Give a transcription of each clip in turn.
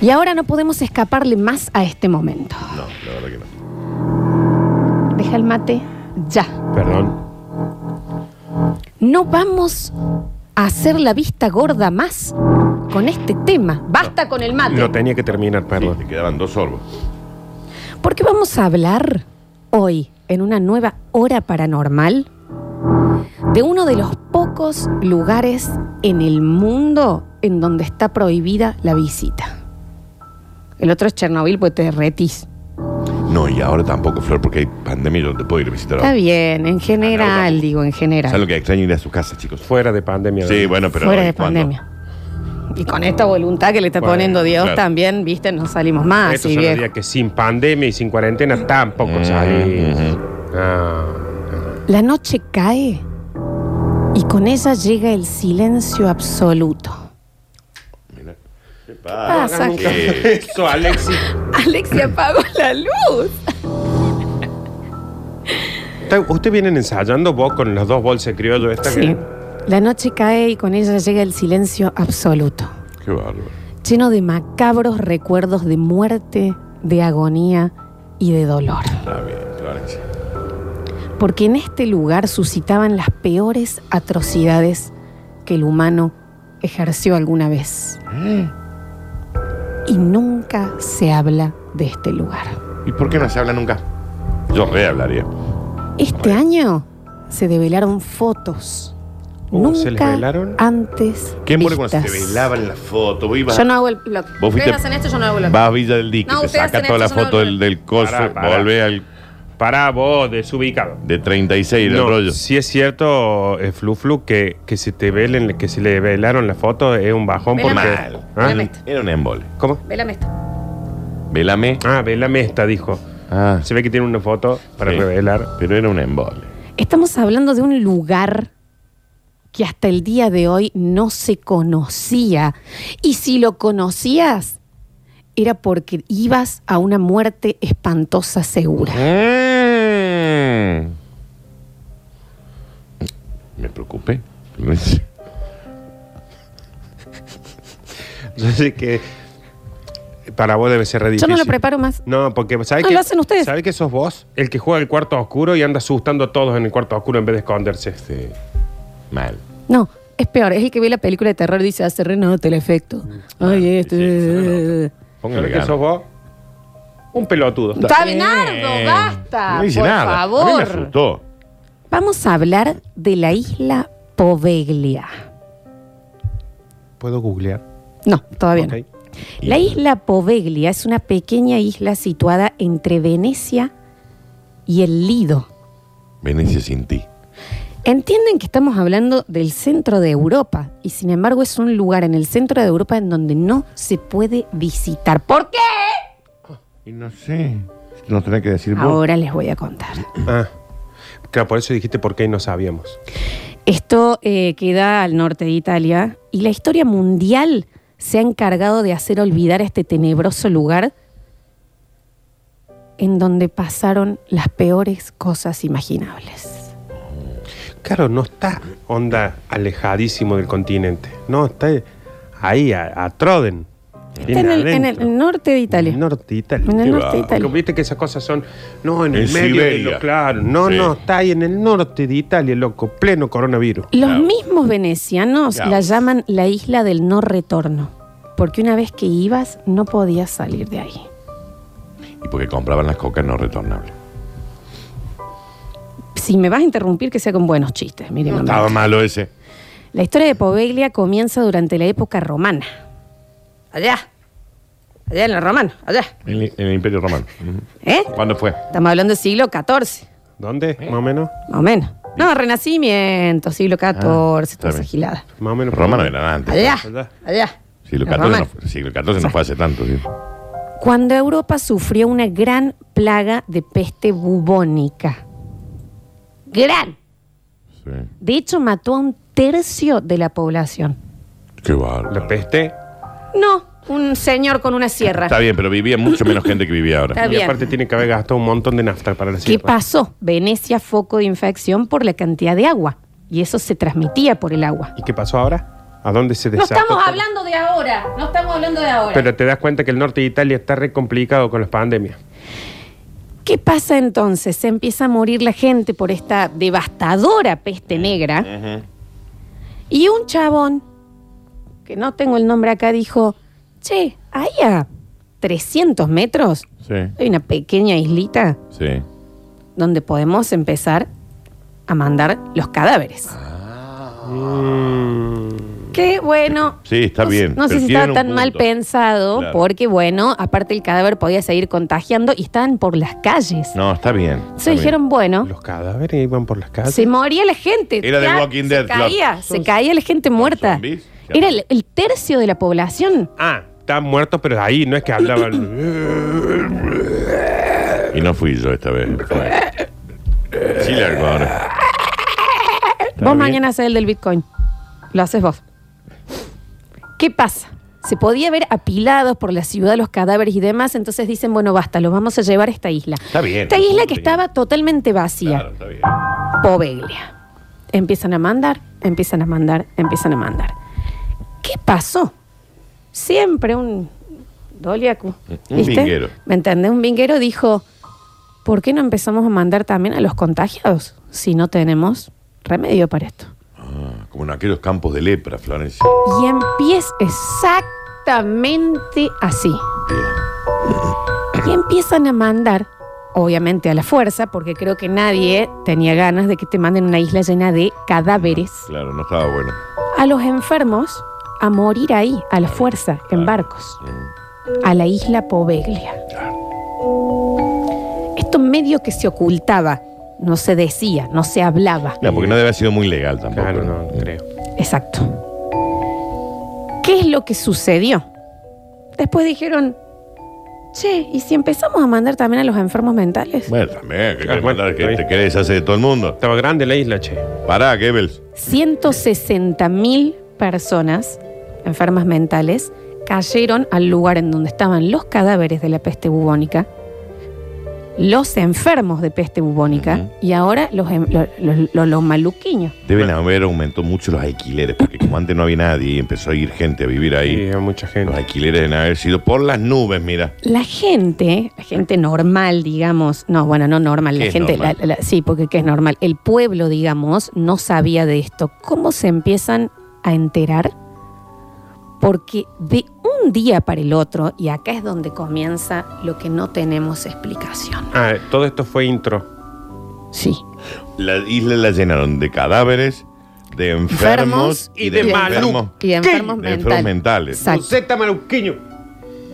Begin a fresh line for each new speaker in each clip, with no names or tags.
Y ahora no podemos escaparle más a este momento.
No, la verdad que no.
Deja el mate ya.
Perdón.
No vamos a hacer la vista gorda más con este tema. Basta con el mate.
Lo tenía que terminar,
Sí,
perdón.
te quedaban dos sorbos.
Porque vamos a hablar hoy, en una nueva hora paranormal, de uno de los pocos lugares en el mundo en donde está prohibida la visita. El otro es Chernobyl, pues te retís.
No, y ahora tampoco, Flor, porque hay pandemia y yo no te puedo ir a visitar.
Está bien, en general, digo, en
¿Sabes lo
general.
que extraño ir a su casa, chicos?
Fuera de pandemia.
Sí, bueno, pero.
fuera de
¿cuándo?
pandemia. Y con esta voluntad que le está
Bueno,
poniendo Dios
claro.
también, viste, no salimos más.
Estos
y
son los
Ah, viejo.
días que sin pandemia y sin cuarentena tampoco
Ujú,
salís.
ujú.
Ah,
La noche cae y con ella llega el silencio absoluto.
Mira. ¿Qué
Ah,
pasa?
saca.
¿Qué?
Eso, Alexis.
Alexia apagó la luz.
Está- Ustedes vienen ensayando vos con los dos bolsas criollos esta
Sí.
que-
La noche cae y con ella llega el silencio absoluto,
Qué bárbaro.
lleno de macabros recuerdos de muerte, de agonía y de dolor.
Está bien, Florencia.
Porque en este lugar suscitaban las peores atrocidades que el humano ejerció alguna vez.
Mm.
Y nunca se habla de este lugar.
¿Y por qué no se habla nunca? Yo re hablaría.
Este año se develaron fotos.
Uh,
Oh,
Nunca
¿se les revelaron?
antes.
¿Qué muere cuando se te
vistas.
velaban las fotos? Vos ibas,
Yo no hago el blog.
Vos fuiste-
Ustedes hacen esto, yo no hago el blog.
vas a Villa del Dique,
No,
te
ustedes
sacas
hacen
toda la
esto, yo no
foto
lo-
del, del coso,
Pará, pará.
volvés al
Pará vos, desubicado.
de 36 del
No,
rollo.
Si es cierto, eh, Flu Flu, que, que se te velen, que se le velaron la foto es un bajón
Velame.
porque.
Mal.
¿Ah?
Velame.
Era un embole.
¿Cómo?
Vélame esto.
Velame.
Ah, velame esta, dijo.
Ah,
Se ve que tiene una foto para
Sí.
revelar.
pero era un embole.
Estamos hablando de un lugar que hasta el día de hoy no se conocía. Y si lo conocías, era porque ibas a una muerte espantosa segura.
Mm. Me preocupé. Florencia.
Yo sé que para vos debe ser re
Yo
difícil.
no lo preparo más.
No, porque ¿sabes
No,
que,
Ah, lo hacen ustedes.
¿Sabes que sos vos? El que juega el cuarto oscuro y anda asustando a todos en el cuarto oscuro en vez de esconderse.
Sí. Mal.
No, es peor. Es el que ve la película de terror y dice, "Ah, hace re nota el efecto. Ay, este, esto.
Mm. sí, se renota. Póngale
¿Sabes que
ganas.
sos vos? Un pelotudo.
Está Nardo, basta.
No hice
por
nada. A mí me
favor.
asustó.
Vamos a hablar de la isla Poveglia.
¿Puedo googlear?
No, todavía no.
Ok.
La isla Poveglia es una pequeña isla situada entre Venecia y el Lido.
Venecia sin ti.
Entienden que estamos hablando del centro de Europa y sin embargo es un lugar en el centro de Europa en donde no se puede visitar. ¿Por qué?
Y no sé. Nos tenés que decir vos.
Ahora les voy a contar.
Ah. Claro, por eso dijiste por qué no sabíamos.
Esto eh, queda al norte de Italia y la historia mundial se ha encargado de hacer olvidar este tenebroso lugar en donde pasaron las peores cosas imaginables.
Claro, no está onda alejadísimo del continente. No, está ahí, a, a Troden.
Está en el, en el norte de Italia.
norte de Italia.
En el
Qué
norte de
va.
Porque
Italia.
viste que esas cosas son. No, en,
En
el medio de
Siberia.
lo claro. No,
Sí.
no, está ahí en el norte de Italia, loco, pleno coronavirus.
Los
Claro.
mismos venecianos
Claro.
la llaman la isla del no retorno, porque una vez que ibas no podías salir de ahí.
Y porque compraban las cocas no retornables.
Si me vas a interrumpir, que sea con buenos chistes. Miren, mamá.
Estaba malo ese.
La historia de Poveglia comienza durante la época romana. Allá. Allá en la romana, allá.
En el, en el Imperio Romano. Ujú.
¿Eh?
¿Cuándo fue?
Estamos hablando del siglo XIV,
¿Dónde? Más o menos.
más o menos. No, Renacimiento, siglo XIV,
Ah, está
toda esa
bien.
gilada.
Más o menos.
Romano era antes.
Allá,
Allá.
allá.
Siglo
La
XIV, no,
romana.
fue- siglo XIV no fue hace tanto. sí.
Cuando Europa sufrió una gran plaga de peste bubónica. Gran.
Sí.
De hecho, mató a un tercio de la población.
Qué bárbaro.
La peste.
No, un señor con una sierra.
Está bien, pero vivía mucho menos gente que vivía ahora.
Está
y
bien.
aparte tiene que haber gastado un montón de nafta para la
¿Qué
sierra.
pasó? Venecia foco de infección por la cantidad de agua. Y eso se transmitía por el agua.
¿Y qué pasó ahora? ¿A dónde se
No
desató?
estamos hablando de ahora, no estamos hablando de ahora.
Pero te das cuenta que el norte de Italia está re complicado con las pandemias.
¿Qué pasa entonces? Se empieza a morir la gente por esta devastadora peste negra. Y un chabón, que no tengo el nombre acá, dijo, che, ahí a 300 metros
Sí.
hay una pequeña islita
Sí.
donde podemos empezar a mandar los cadáveres. Qué bueno.
Sí, está
No sé-
bien.
No sé
pero
si
tienen
estaba
un
tan mal
punto.
pensado,
Claro.
porque bueno, aparte el cadáver podía seguir contagiando y estaban por las calles.
No, está bien. está
Se
bien.
dijeron, bueno,
Los cadáveres iban por las calles.
se moría la gente.
Era de
Ya,
Walking
se
Dead, claro.
Caía, se
Son-
caía la gente muerta.
zombies? Claro.
Era el, el tercio de la población.
Ah, están muertos, pero ahí no es que hablaban.
Y no fui yo esta vez. fue- Sí, largo ahora.
vos
bien.
mañana haces el del Bitcoin. Lo haces vos. ¿Qué pasa? Se podía ver apilados por la ciudad los cadáveres y demás, entonces dicen, bueno, basta, los vamos a llevar a esta isla.
Está bien.
Esta isla que
Sí.
estaba totalmente vacía.
Claro, está bien.
Poveglia. Empiezan a mandar, empiezan a mandar, empiezan a mandar. ¿Qué pasó? Siempre un doliacu.
Un vinguero.
¿Me entendés? Un vinguero dijo, ¿por qué no empezamos a mandar también a los contagiados si no tenemos remedio para esto?
Ah, como en aquellos campos de lepra, Florencia.
Y empieza exactamente así. Y empiezan a mandar, obviamente a la fuerza, porque creo que nadie tenía ganas de que te manden a una isla llena de cadáveres,
Claro, no estaba bueno.
a los enfermos a morir ahí, a la fuerza, en barcos, a la isla Poveglia. Esto medio que se ocultaba, no se decía, no se hablaba.
No, porque no debe haber sido muy legal tampoco.
Claro, Ah, no, no creo.
Exacto. ¿Qué es lo que sucedió? Después dijeron, che, ¿y si empezamos a mandar también a los enfermos mentales?
Bueno, también, que
Claro,
querés
bueno,
mandar, que
está
te
bien.
querés hacer de todo el mundo.
Estaba grande la isla, che.
Pará, Goebbels.
160 mil personas enfermas mentales cayeron al lugar en donde estaban los cadáveres de la peste bubónica, los enfermos de peste bubónica y ahora los, em- lo- lo- lo- los maluquiños.
Deben haber aumentado mucho los alquileres, porque como antes no había nadie y empezó a ir gente a vivir
Sí,
ahí,
hay mucha
los
gente.
alquileres deben haber sido por las nubes, mira.
La gente, la gente normal, digamos, no, bueno, no normal,
¿Qué
la
es
gente,
normal?
la- la- sí, porque ¿qué es normal? El pueblo, digamos, no sabía de esto. ¿Cómo se empiezan a enterar? Porque de un día para el otro, y acá es donde comienza lo que no tenemos explicación.
Ah, todo esto fue intro.
Sí.
La isla la llenaron de cadáveres, de enfermos
Enfermos
y de
enfermos-
malucos.
Y de
¿Qué?
enfermos
de enfermos
mentales.
mentales.
Exacto.
Luceta Maluquiño.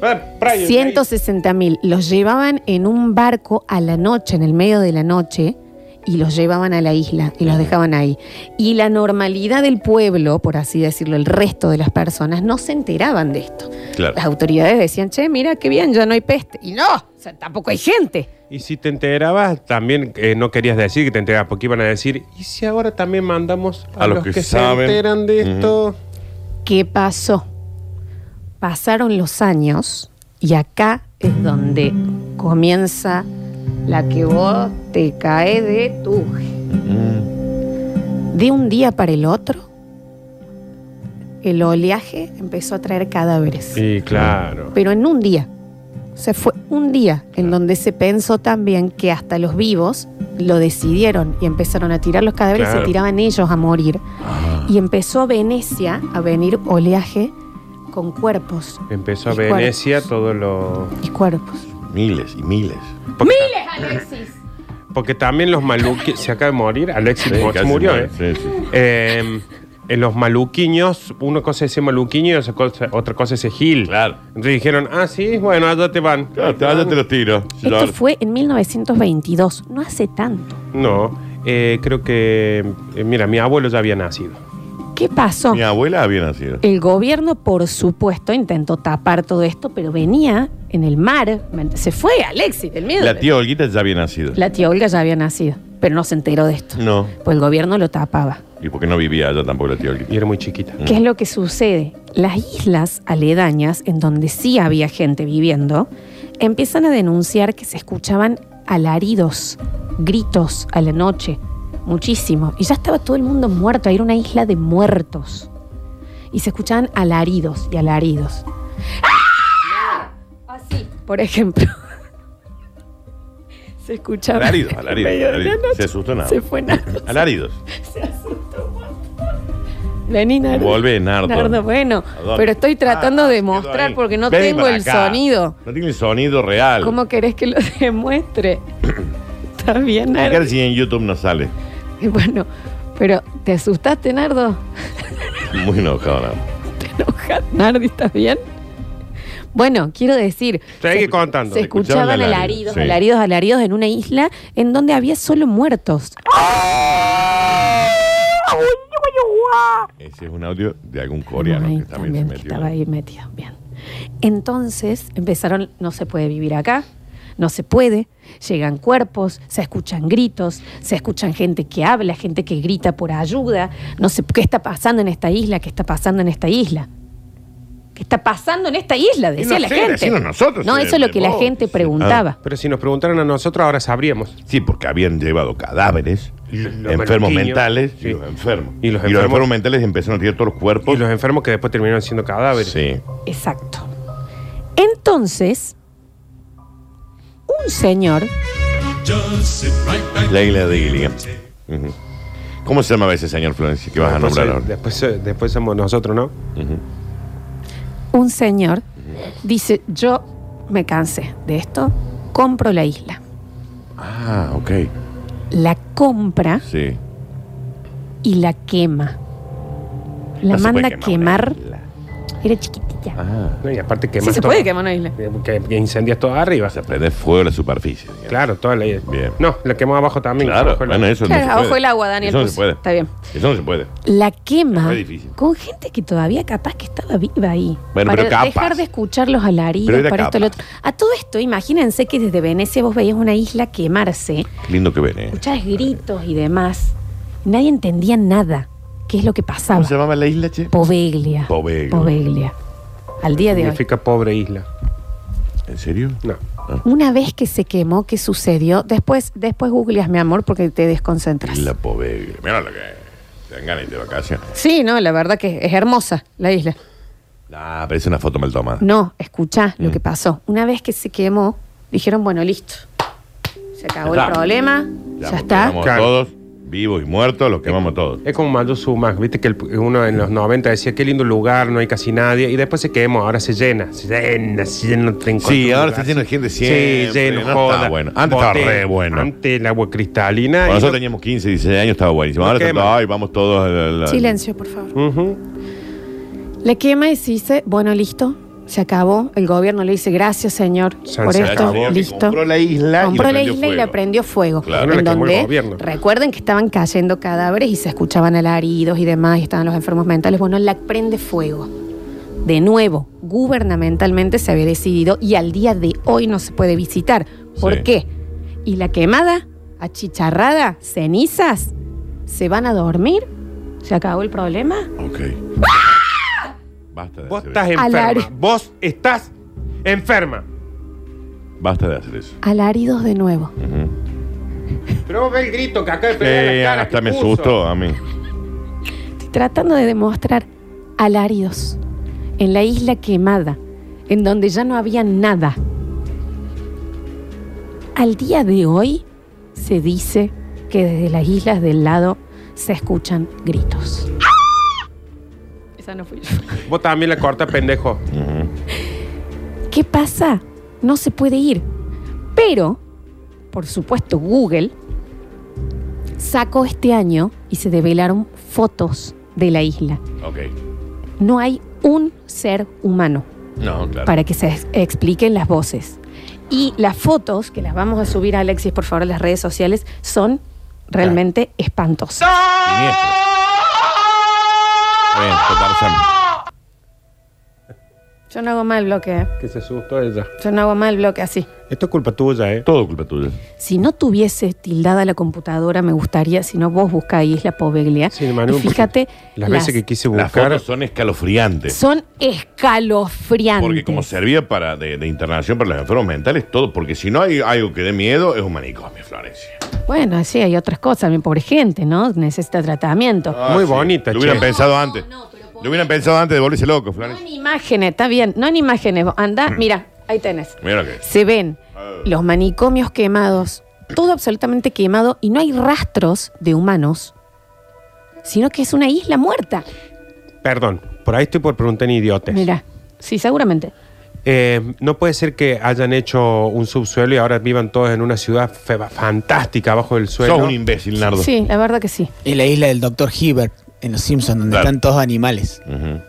Ah, Brian,
160 mil. Los llevaban en un barco a la noche, en el medio de la noche, y los llevaban a la isla y los dejaban ahí. Y la normalidad del pueblo, por así decirlo, el resto de las personas, no se enteraban de esto.
Claro.
Las autoridades decían, che, mira qué bien, ya no hay peste. Y no, o sea, tampoco hay gente.
Y si te enterabas, también eh, no querías decir que te enterabas, porque iban a decir, ¿y si ahora también mandamos a, los, que,
saben?
se enteran de esto?
¿Qué pasó? Pasaron los años y acá es donde comienza la que vos te caes de tu
Mm.
De un día para el otro, el oleaje empezó a traer cadáveres.
Sí, claro.
Pero en un día. O sea, fue un día en donde se pensó también que hasta los vivos lo decidieron y empezaron a tirar los cadáveres y
Claro.
se tiraban ellos a morir. Y empezó a Venecia a venir oleaje con cuerpos
Empezó a
Y cuerpos.
Venecia todo lo...
y cuerpos.
Miles y miles.
Porque,
Alexis!
porque también los maluquiños... Se acaba de morir, Alexis
Sí,
Moch
casi
murió,
muere,
¿eh?
sí, sí.
Eh, eh, los maluquiños, una cosa es ser maluquiño y otra cosa, otra cosa es ser gil.
Claro.
Entonces dijeron, ah, sí, bueno, allá te van.
Claro, te- ahora te los tiro.
Esto fue en 1922, no hace tanto.
No, eh, creo que... eh, mira, mi abuelo ya había nacido.
¿Qué pasó?
Mi abuela había nacido.
El gobierno, por supuesto, intentó tapar todo esto, pero venía en el mar. Se fue Alexis del miedo.
La tía Olguita ya había nacido.
La tía Olga ya había nacido, pero no se enteró de esto.
No.
Pues el gobierno lo tapaba.
Y porque no vivía allá tampoco la tía
Y
Olguita.
era muy chiquita.
¿Qué es
Mm.
lo que sucede? Las islas aledañas, en donde sí había gente viviendo, empiezan a denunciar que se escuchaban alaridos, gritos a la noche, muchísimo. Y ya estaba todo el mundo muerto, era una isla de muertos. y se escuchaban alaridos y alaridos. ¡Ah! Así, por ejemplo. se escuchaba.
Alaridos,
en
alaridos,
medio de la
alaridos.
noche.
Se asustó nada.
Se fue Nardo.
Alaridos.
Se asustó un montón. Vení, Nardo.
Volvé, Nardo.
Nardo, bueno.
¿A dónde?
Pero estoy tratando
Ah,
de
quedó
mostrar
ahí.
porque no
Ven
tengo
para
el
acá.
sonido.
No tiene el sonido real.
¿Cómo querés que lo demuestre? Está bien, Nardo.
Fíjate si en YouTube no sale.
Y bueno, pero ¿te asustaste, Nardo?
Muy enojado, Nardo.
¿Te enojaste, Nardi? ¿Estás bien? Bueno, quiero decir,
Sigue contando.
se
escuchaban
escuchaban
alaridos,
alaridos,
sí.
alaridos, alaridos en una isla en donde había solo muertos.
Ese es un audio de algún coreano
Ay,
que también,
también
se
que
metió.
estaba ahí metido. Bien. Entonces empezaron, no se puede vivir acá, no se puede. Llegan cuerpos, se escuchan gritos, se escuchan gente que habla, gente que grita por ayuda. No sé qué está pasando en esta isla, qué está pasando en esta isla. ¿Qué está pasando en esta isla? Decía
no
la
sé,
gente.
decimos nosotros,
no,
eh,
eso es lo que la
vos.
gente preguntaba.
Pero si nos preguntaran a nosotros, ahora sabríamos.
Sí, porque habían llevado cadáveres,
Y los
enfermos
pelotiños.
mentales
Sí.
y los enfermos.
Y los enfermos-
enfermos mentales empezaron a tirar todos los cuerpos.
Y los enfermos que después terminaron siendo cadáveres.
Sí.
Exacto. Entonces, un señor
La isla de Gilligan. Ujú. ¿Cómo se llama ese señor Florencia que vas a
Después-
nombrar ahora?
Después, después somos nosotros, ¿no?
Ujú.
un señor dice, yo me cansé de esto, compro la isla.
Ah, ok.
La compra
Sí.
y la quema. La
No se
manda
puede
a quemar.
una isla.
Era chiquitita.
Ah.
No, Y aparte que
sí, se puede quemar una isla.
Que, que incendias todo arriba.
Vas a prender fuego a la superficie. digamos.
Claro, toda la
Bien.
No, la quemó abajo también.
Claro,
Abajo la-
bueno, eso
Claro,
no se
abajo
puede.
el agua, Daniel. pues.
Eso no
puso.
se puede.
Está bien.
Eso no se puede.
La quema
Fue difícil.
con gente que todavía capaz que estaba viva ahí.
Bueno,
para
pero capaz.
dejar de escuchar los alaridos,
Pero era
para esto y lo
capaz.
otro. A todo esto, imagínense que desde Venecia vos veías una isla quemarse.
Qué lindo que ven, ¿eh?
Escuchabas gritos y demás. Nadie entendía nada. ¿Qué es lo que pasaba?
¿Cómo se llamaba la isla, che?
Poveglia.
Poveglia.
Al día de hoy.
Significa pobre isla.
¿En serio?
No.
Una vez que se quemó, ¿qué sucedió? Después, después googleas, mi amor, porque te desconcentras.
Isla Poveglia. Mira lo que es. Te dan ganas de ir de vacaciones.
Sí, no, la verdad que es hermosa la isla.
Ah, pero es una foto mal tomada.
No, escuchá lo
Mm.
que pasó. Una vez que se quemó, dijeron, bueno, listo. Se acabó
Ya
el
está.
problema, ya, está.
Quemamos
Claro.
todos, vivos y muertos, los quemamos todos.
Es como mandó Sumac, viste que el- uno en los 90 decía qué lindo lugar, no hay casi nadie, y después se quemó, ahora se llena, se llena, se llena. no te encuentro
Sí,
un
ahora
lugar.
está lleno de gente
Sí,
siempre,
lleno,
no
joda.
está bueno. Antes estaba re bueno.
Antes el agua cristalina.
Cuando
y
nosotros
no-
teníamos 15, 16 años estaba buenísimo.
Nos
Ahora
queman.
está, ay, vamos todos. a la- la-
Silencio, por favor.
Ujú.
La quema y se dice, bueno, listo, se acabó. El gobierno le dice, gracias, señor,
Se-
por
se
esto,
acabó.
listo.
Compró la isla y
Compró
le
la
prendió
isla y la
fuego.
prendió fuego.
Claro.
No
En
la quemó el
donde
gobierno.
recuerden que estaban cayendo cadáveres y se escuchaban alaridos y demás, y estaban los enfermos mentales. Bueno, la prende fuego. De nuevo, gubernamentalmente se había decidido y al día de hoy no se puede visitar. ¿Por
Sí.
qué? Y la quemada, achicharrada, cenizas, ¿se van a dormir? ¿Se acabó el problema?
Ok. Basta de
Vos
hacer
estás
eso.
enferma.
Alar-
Vos estás enferma.
Basta de hacer eso.
Alaridos de nuevo.
Ujú.
Pero vos ve el grito que acá de pegar
Eh,
la cara
hasta
que
me
puso.
asustó a mí.
Estoy tratando de demostrar alaridos en la isla quemada, en donde ya no había nada. Al día de hoy se dice que desde las islas del lado se escuchan gritos. Esa no fui yo.
Vos también la corta, pendejo.
Ujú.
¿Qué pasa? No se puede ir. Pero, por supuesto, Google sacó este año y se develaron fotos de la isla.
Ok.
No hay un ser humano
No, claro.
para que se ex- expliquen las voces. Y las fotos, que las vamos a subir, Alexis, por favor, a las redes sociales, son realmente espantosas.
Siniestro. Está bien, fue Tarzán.
Yo no hago mal bloque, ¿eh?
Que se asustó ella.
yo no hago mal bloque así.
Esto es culpa tuya, ¿eh?
Todo culpa tuya.
Si no tuviese tildada la computadora, me gustaría, si no vos buscáis la Poveglia.
Sí, Manu,
y fíjate,
porque Las veces que quise
Las
buscar.
fotos son escalofriantes.
son escalofriantes.
Porque como servía para de, de internación para los enfermos mentales, todo, porque si no hay algo que dé miedo, es un manicomio, Florencia.
Bueno, sí, hay otras cosas, mi pobre gente, ¿no? Necesita tratamiento.
Muy bonita,
Lo hubieran
che.
pensado antes. Yo hubiera pensado antes de volverse loco,
No
Florencia.
en imágenes, está bien, no en imágenes. Vos Andá,
Mm.
mira, ahí tenés.
Mira lo que es.
Se ven los manicomios quemados, todo absolutamente quemado y no hay rastros de humanos, sino que es una isla muerta.
Perdón, por ahí estoy por preguntar en idiotes.
Mira, sí, seguramente.
Eh, no puede ser que hayan hecho un subsuelo y ahora vivan todos en una ciudad fe- fantástica abajo del suelo.
Sos un imbécil, Nardo.
Sí, la verdad que sí.
Es la isla del Dr. Hibbert en Los Simpsons, donde
Claro.
están todos animales.
Ujú.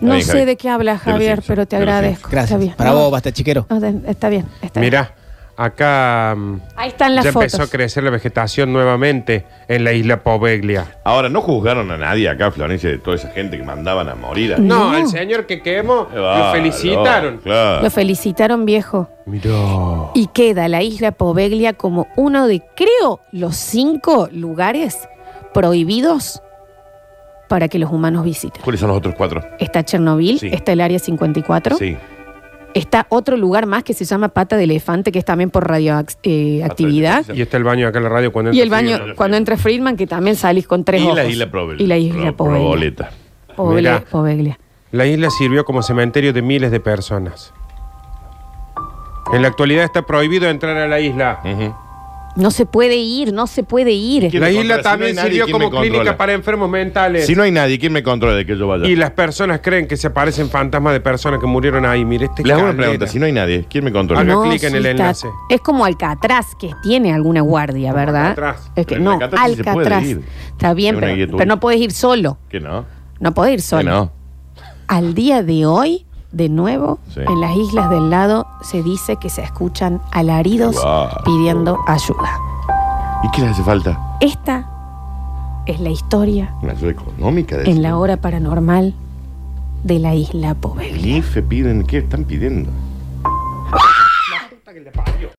No
bien,
sé
Javi.
de qué hablas,
De los
Javier,
Simpsons,
pero te
de los
agradezco. Está
Gracias.
bien.
Para
No,
vos, basta chiquero.
no, te- está bien. Está bien.
Mira, acá mm,
Ahí están las
ya
fotos.
empezó a crecer la vegetación nuevamente en la isla Poveglia.
Ahora, ¿no juzgaron a nadie acá, Florencia, de toda esa gente que mandaban a morir? a-
No.
No, al señor que quemó
Claro,
lo felicitaron.
Claro.
Lo felicitaron, viejo.
Miró.
Y queda la isla Poveglia como uno de, creo, los cinco lugares prohibidos para que los humanos visiten.
¿Cuáles son los otros cuatro?
Está Chernobyl,
Sí.
está el Área 54,
Sí.
está otro lugar más que se llama Pata de Elefante, que es también por radioactividad,
Pata de
Y está el baño acá en la radio cuando
y
entra
el
frío.
baño, cuando entra Friedman, que también salís con tres
Y
ojos.
la isla Provel.
Y la isla
Pro-
Poveglia.
Proboleta.
Poveglia-
Mirá.
Poveglia.
La isla sirvió como cementerio de miles de personas. En la actualidad está prohibido entrar a la isla.
Ujú.
No se puede ir, no se puede ir.
¿Quién
La
me controla?
isla
Si no hay
también
nadie,
sirvió
¿quién
como
me controla?
clínica para enfermos mentales.
Si no hay nadie, ¿quién me controla de que yo vaya?
Y las personas creen que se aparecen fantasmas de personas que murieron ahí. Mire, este
Les hago una
caldera.
pregunta. Si no hay nadie, ¿quién me
Ah,
controla?
Haga clic en el
está-
enlace.
Es como Alcatraz, que tiene alguna guardia, ¿verdad?
Alcatraz.
Es que,
Pero en
no,
Alcatraz sí se puede
Alcatraz.
ir.
Está bien,
Es una guía
pero,
turística.
pero no puedes ir solo.
Que no.
No podés ir
Que
solo.
no.
Al día de hoy, de nuevo,
Sí.
en las islas del lado se dice que se escuchan alaridos
Guau.
pidiendo ayuda.
¿Y qué les hace falta?
Esta es la historia
Una ayuda económica. de
en la hora paranormal de la isla Poveglia.
El IFE piden, ¿qué están pidiendo?